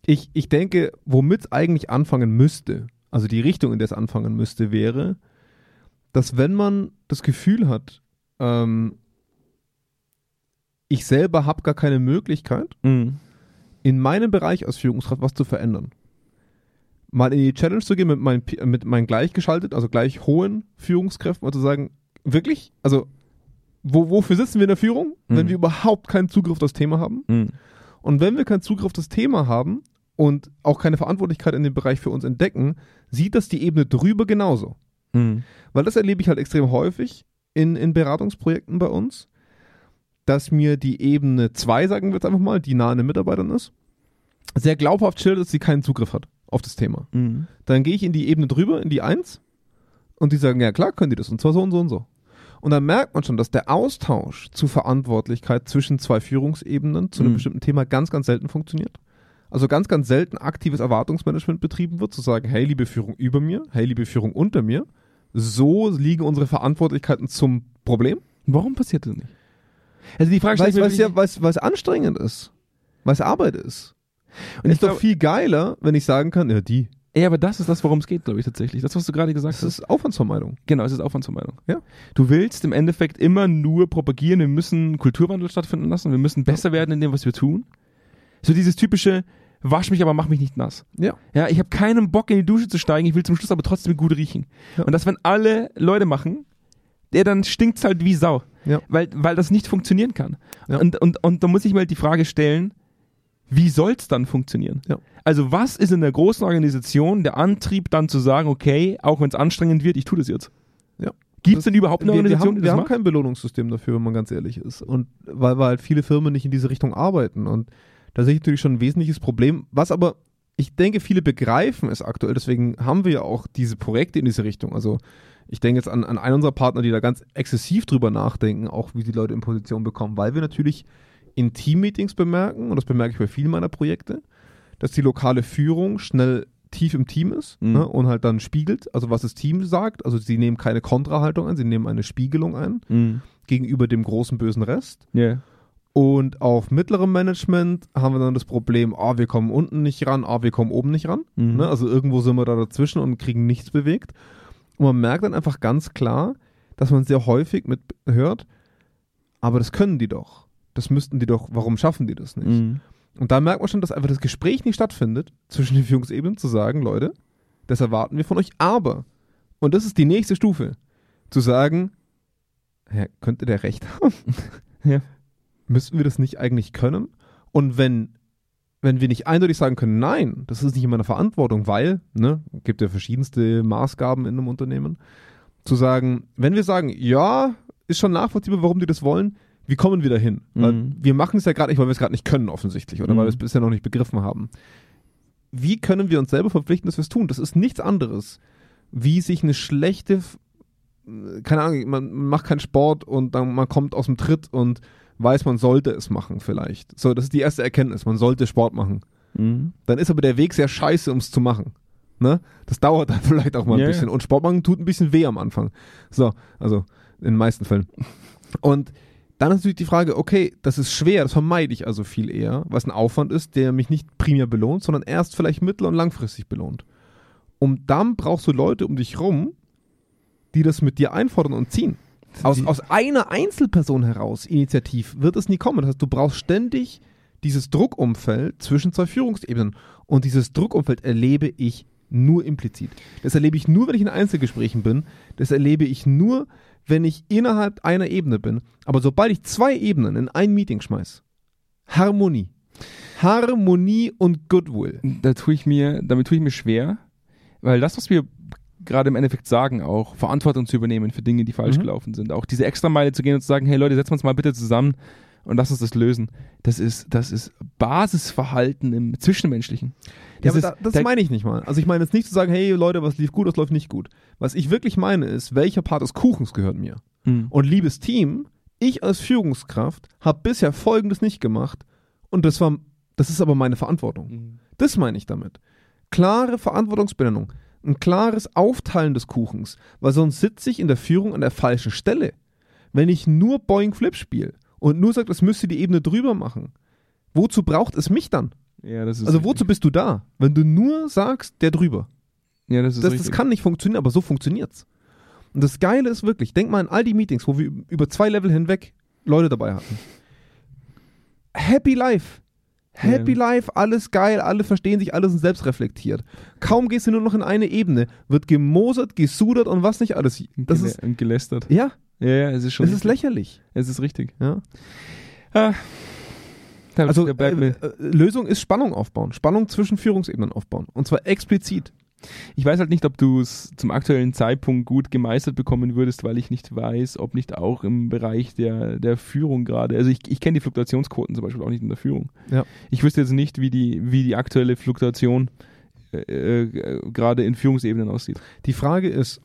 Speaker 2: ich, ich denke, womit es eigentlich anfangen müsste, also die Richtung, in der es anfangen müsste, wäre, dass wenn man das Gefühl hat, ähm, ich selber habe gar keine Möglichkeit,
Speaker 1: Mhm.
Speaker 2: in meinem Bereich als Führungskraft was zu verändern. Mal in die Challenge zu gehen mit meinen, P- mit meinen gleichgeschalteten, also gleich hohen Führungskräften und zu sagen, wirklich? Also, wo, wofür sitzen wir in der Führung,
Speaker 1: Mhm.
Speaker 2: wenn wir überhaupt keinen Zugriff auf das Thema haben?
Speaker 1: Mhm.
Speaker 2: Und wenn wir keinen Zugriff auf das Thema haben und auch keine Verantwortlichkeit in dem Bereich für uns entdecken, sieht das die Ebene drüber genauso.
Speaker 1: Mhm.
Speaker 2: Weil das erlebe ich halt extrem häufig in, in Beratungsprojekten bei uns, dass mir die Ebene 2, sagen wir jetzt einfach mal, die nah an den Mitarbeitern ist, sehr glaubhaft schildert, dass sie keinen Zugriff hat auf das Thema.
Speaker 1: Mhm.
Speaker 2: Dann gehe ich in die Ebene drüber, in die 1 und die sagen, ja klar, können die das und zwar so und so und so. Und dann merkt man schon, dass der Austausch zu Verantwortlichkeit zwischen zwei Führungsebenen zu einem
Speaker 1: Mhm.
Speaker 2: bestimmten Thema ganz, ganz selten funktioniert. Also ganz, ganz selten aktives Erwartungsmanagement betrieben wird, zu sagen, hey, liebe Führung über mir, hey, liebe Führung unter mir, so liegen unsere Verantwortlichkeiten zum Problem.
Speaker 1: Warum passiert das nicht? Also die Frage
Speaker 2: Weil
Speaker 1: stelle ich mir
Speaker 2: es ja,
Speaker 1: wirklich-
Speaker 2: weil's, weil's anstrengend ist, weil es Arbeit ist.
Speaker 1: Und
Speaker 2: Und
Speaker 1: ich
Speaker 2: ist doch
Speaker 1: glaub-
Speaker 2: viel geiler, wenn ich sagen kann, ja, die,
Speaker 1: ja, aber das ist das, worum es geht, glaube ich, tatsächlich. Das, was du gerade gesagt
Speaker 2: das
Speaker 1: hast.
Speaker 2: ist Aufwandsvermeidung.
Speaker 1: Genau, es ist Aufwandsvermeidung.
Speaker 2: Ja.
Speaker 1: Du willst im Endeffekt immer nur propagieren, wir müssen Kulturwandel stattfinden lassen, wir müssen besser werden in dem, was wir tun. So dieses typische, wasch mich, aber mach mich nicht nass.
Speaker 2: Ja.
Speaker 1: Ja, ich habe keinen Bock, in die Dusche zu steigen, ich will zum Schluss aber trotzdem gut riechen.
Speaker 2: Ja.
Speaker 1: Und das, wenn alle Leute machen, der dann stinkt's halt wie Sau.
Speaker 2: Ja.
Speaker 1: Weil, weil das nicht funktionieren kann.
Speaker 2: Ja.
Speaker 1: Und, und, und da muss ich mir halt die Frage stellen, wie soll's dann funktionieren?
Speaker 2: Ja.
Speaker 1: Also was ist in der großen Organisation der Antrieb dann zu sagen, okay, auch wenn es anstrengend wird, ich tue das jetzt?
Speaker 2: Ja.
Speaker 1: Gibt es
Speaker 2: Das-
Speaker 1: denn überhaupt eine
Speaker 2: wir, wir
Speaker 1: Organisation,
Speaker 2: haben, wir haben
Speaker 1: die das macht?
Speaker 2: kein Belohnungssystem dafür, wenn man ganz ehrlich ist. Und weil, weil halt viele Firmen nicht in diese Richtung arbeiten. Und da sehe ich natürlich schon ein wesentliches Problem, was aber ich denke, viele begreifen es aktuell. Deswegen haben wir ja auch diese Projekte in diese Richtung. Also ich denke jetzt an, an einen unserer Partner, die da ganz exzessiv drüber nachdenken, auch wie die Leute in Position bekommen, weil wir natürlich in Teammeetings bemerken, und das bemerke ich bei vielen meiner Projekte, dass die lokale Führung schnell tief im Team ist
Speaker 1: Mhm.
Speaker 2: ne, und halt dann spiegelt, also was das Team sagt. Also sie nehmen keine Kontrahaltung ein, sie nehmen eine Spiegelung ein
Speaker 1: Mhm.
Speaker 2: gegenüber dem großen bösen Rest.
Speaker 1: Ja.
Speaker 2: Und auf mittlerem Management haben wir dann das Problem, ah, wir kommen unten nicht ran, ah, wir kommen oben nicht ran.
Speaker 1: Mhm.
Speaker 2: Ne? Also irgendwo sind wir da dazwischen und kriegen nichts bewegt. Und man merkt dann einfach ganz klar, dass man sehr häufig mit hört, aber das können die doch. Das müssten die doch, warum schaffen die das nicht?
Speaker 1: Mhm.
Speaker 2: Und da merkt man schon, dass einfach das Gespräch nicht stattfindet zwischen den Führungsebenen, zu sagen, Leute, das erwarten wir von euch, aber, und das ist die nächste Stufe, zu sagen, ja, könnte der recht haben?
Speaker 1: (laughs) Ja.
Speaker 2: Müssten wir das nicht eigentlich können? Und wenn, wenn wir nicht eindeutig sagen können, nein, das ist nicht in meiner Verantwortung, weil, ne, gibt ja verschiedenste Maßgaben in einem Unternehmen, zu sagen, wenn wir sagen, ja, ist schon nachvollziehbar, warum die das wollen, wie kommen wir dahin? Weil
Speaker 1: Mhm.
Speaker 2: wir machen es ja gerade nicht, weil wir es gerade nicht können, offensichtlich, oder
Speaker 1: Mhm.
Speaker 2: weil wir es bisher noch nicht begriffen haben. Wie können wir uns selber verpflichten, dass wir es tun? Das ist nichts anderes, wie sich eine schlechte, F- keine Ahnung, man macht keinen Sport und dann man kommt aus dem Tritt und weiß, man sollte es machen, vielleicht. So, das ist die erste Erkenntnis, man sollte Sport machen.
Speaker 1: Mhm.
Speaker 2: Dann ist aber der Weg sehr scheiße, um es zu machen. Ne? Das dauert (laughs) dann vielleicht auch mal ein
Speaker 1: Ja, ja.
Speaker 2: bisschen. Und Sport machen tut ein bisschen weh am Anfang. So, also in den meisten Fällen. Und dann ist natürlich die Frage, okay, das ist schwer, das vermeide ich also viel eher, was ein Aufwand ist, der mich nicht primär belohnt, sondern erst vielleicht mittel- und langfristig belohnt. Und dann brauchst du Leute um dich rum, die das mit dir einfordern und ziehen. Aus, aus einer Einzelperson heraus, initiativ, wird es nie kommen. Das heißt, du brauchst ständig dieses Druckumfeld zwischen zwei Führungsebenen. Und dieses Druckumfeld erlebe ich nur implizit. Das erlebe ich nur, wenn ich in Einzelgesprächen bin. Das erlebe ich nur, wenn ich innerhalb einer Ebene bin. Aber sobald ich zwei Ebenen in ein Meeting schmeiß, Harmonie. Harmonie und Goodwill.
Speaker 1: da tue ich mir, damit tue ich mir schwer, weil das, was wir gerade im Endeffekt sagen, auch Verantwortung zu übernehmen für Dinge, die falsch
Speaker 2: Mhm.
Speaker 1: gelaufen sind, auch diese Extrameile zu gehen und zu sagen, hey Leute, setzen wir uns mal bitte zusammen und lass uns das lösen. Das ist, das ist Basisverhalten im Zwischenmenschlichen.
Speaker 2: Ja, aber
Speaker 1: ist,
Speaker 2: da, das
Speaker 1: da-
Speaker 2: meine ich nicht mal. Also ich meine jetzt nicht zu sagen, hey Leute, was lief gut, was läuft nicht gut. Was ich wirklich meine ist, welcher Part des Kuchens gehört mir?
Speaker 1: Mhm.
Speaker 2: Und liebes Team, ich als Führungskraft habe bisher Folgendes nicht gemacht und das war, das ist aber meine Verantwortung. Das meine ich damit. Klare Verantwortungsbenennung, ein klares Aufteilen des Kuchens, weil sonst sitze ich in der Führung an der falschen Stelle. Wenn ich nur Boeing Flip spiele und nur sage, das müsste die Ebene drüber machen, wozu braucht es mich dann?
Speaker 1: Ja, das ist
Speaker 2: Also
Speaker 1: richtig.
Speaker 2: wozu bist du da, wenn du nur sagst, der drüber?
Speaker 1: Ja, das ist
Speaker 2: Das, das
Speaker 1: richtig.
Speaker 2: kann nicht funktionieren, aber so funktioniert's. Und das Geile ist wirklich, denk mal an all die Meetings, wo wir über zwei Level hinweg Leute dabei hatten. Happy Life. Happy Life, alles geil, alle verstehen sich, alle sind selbstreflektiert. Kaum gehst du nur noch in eine Ebene, wird gemosert, gesudert und was nicht alles.
Speaker 1: Und
Speaker 2: Das
Speaker 1: gele-
Speaker 2: ist,
Speaker 1: und gelästert.
Speaker 2: ja,
Speaker 1: Ja, ja, es ist schon.
Speaker 2: es ist lächerlich.
Speaker 1: es ist richtig.
Speaker 2: Ja.
Speaker 1: Ah. Da-
Speaker 2: Also
Speaker 1: da bleibt
Speaker 2: äh,
Speaker 1: mir.
Speaker 2: äh, Lösung ist Spannung aufbauen, Spannung zwischen Führungsebenen aufbauen und zwar explizit.
Speaker 1: Ich weiß halt nicht, ob du es zum aktuellen Zeitpunkt gut gemeistert bekommen würdest, weil ich nicht weiß, ob nicht auch im Bereich der, der Führung gerade, also ich, ich kenne die Fluktuationsquoten zum Beispiel auch nicht in der Führung.
Speaker 2: Ja.
Speaker 1: Ich wüsste jetzt nicht, wie die, wie die aktuelle Fluktuation äh, äh, gerade in Führungsebenen aussieht.
Speaker 2: Die Frage ist,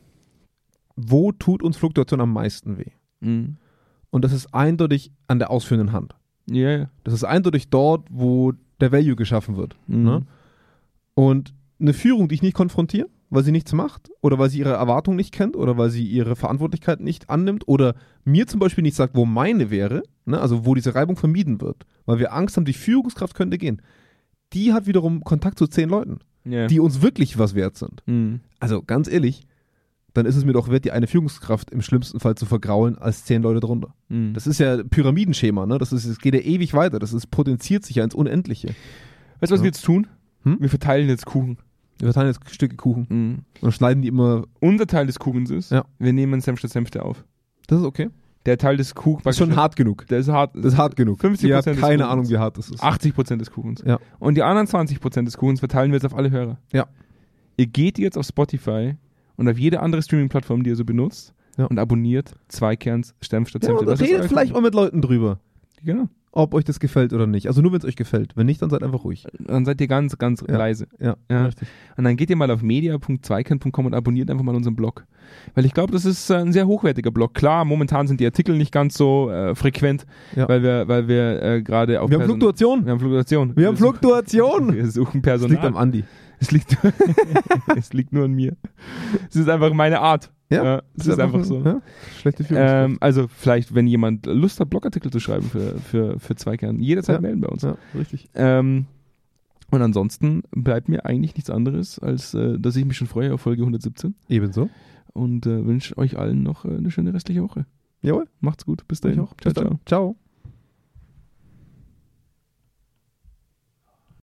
Speaker 2: wo tut uns Fluktuation am meisten weh? Mhm. Und das ist eindeutig an der ausführenden Hand.
Speaker 1: Ja, ja.
Speaker 2: Das ist eindeutig dort, wo der Value geschaffen wird.
Speaker 1: Mhm.
Speaker 2: Ne? Und eine Führung, die ich nicht konfrontiere, weil sie nichts macht oder weil sie ihre Erwartungen nicht kennt oder weil sie ihre Verantwortlichkeit nicht annimmt oder mir zum Beispiel nicht sagt, wo meine wäre, ne, also wo diese Reibung vermieden wird, weil wir Angst haben, die Führungskraft könnte gehen, die hat wiederum Kontakt zu zehn Leuten,
Speaker 1: Ja.
Speaker 2: die uns wirklich was wert sind.
Speaker 1: Mhm.
Speaker 2: Also ganz ehrlich, dann ist es mir doch wert, die eine Führungskraft im schlimmsten Fall zu vergraulen als zehn Leute drunter.
Speaker 1: Mhm.
Speaker 2: Das ist ja Pyramidenschema, ne? Das, ist, das geht ja ewig weiter. Das ist, potenziert sich ja ins Unendliche.
Speaker 1: weißt du, was
Speaker 2: Ja.
Speaker 1: wir jetzt tun?
Speaker 2: Hm?
Speaker 1: Wir verteilen jetzt Kuchen.
Speaker 2: Wir verteilen jetzt Stücke Kuchen und schneiden die immer.
Speaker 1: Unser Teil des Kuchens ist,
Speaker 2: Ja.
Speaker 1: wir nehmen Senf statt Senfte auf.
Speaker 2: Das ist okay.
Speaker 1: Der Teil des Kuchens
Speaker 2: Das ist schon hart genug.
Speaker 1: Der ist hart.
Speaker 2: Das ist hart genug.
Speaker 1: 50%
Speaker 2: Ihr habt
Speaker 1: des
Speaker 2: keine
Speaker 1: Kuchens.
Speaker 2: Ahnung, wie hart das ist.
Speaker 1: 80 Prozent des Kuchens.
Speaker 2: Ja.
Speaker 1: Und die anderen 20 Prozent des Kuchens verteilen wir jetzt auf alle Hörer.
Speaker 2: Ja.
Speaker 1: Ihr geht jetzt auf Spotify und auf jede andere Streaming-Plattform, die ihr so benutzt
Speaker 2: Ja.
Speaker 1: und abonniert Zweikerns Stern statt
Speaker 2: ja,
Speaker 1: Senfte.
Speaker 2: und
Speaker 1: Das ist
Speaker 2: redet
Speaker 1: euer
Speaker 2: vielleicht mal mit Leuten drüber,
Speaker 1: Kuchen. Genau.
Speaker 2: ob euch das gefällt oder nicht. Also nur, wenn es euch gefällt. Wenn nicht, dann seid einfach ruhig.
Speaker 1: Dann seid ihr ganz, ganz
Speaker 2: Ja.
Speaker 1: leise.
Speaker 2: Ja,
Speaker 1: Ja.
Speaker 2: richtig.
Speaker 1: Und dann geht ihr mal auf media.zweikern.com und abonniert einfach mal unseren Blog. Weil ich glaube, das ist äh, ein sehr hochwertiger Blog. Klar, momentan sind die Artikel nicht ganz so äh, frequent,
Speaker 2: Ja.
Speaker 1: weil wir, weil wir äh, gerade auf
Speaker 2: Wir haben
Speaker 1: Person-
Speaker 2: Fluktuation.
Speaker 1: Wir haben Fluktuation.
Speaker 2: Wir haben
Speaker 1: suchen-
Speaker 2: Fluktuation.
Speaker 1: (laughs) Wir suchen
Speaker 2: Das
Speaker 1: Personal.
Speaker 2: liegt am Andi.
Speaker 1: Es liegt, (laughs) es liegt nur an mir. Es ist einfach meine Art. es ist einfach so.
Speaker 2: ja, schlechte Führungskraft.
Speaker 1: Ähm, also vielleicht, wenn jemand Lust hat, Blogartikel zu schreiben für, für, für Zweikern, jederzeit
Speaker 2: Ja.
Speaker 1: melden bei uns.
Speaker 2: ja, richtig.
Speaker 1: Ähm, und ansonsten bleibt mir eigentlich nichts anderes, als äh, dass ich mich schon freue auf Folge 117
Speaker 2: Ebenso.
Speaker 1: und äh, wünsche euch allen noch äh, eine schöne restliche Woche.
Speaker 2: Jawohl.
Speaker 1: Macht's gut. Bis dahin.
Speaker 2: Ciao, ciao. ciao.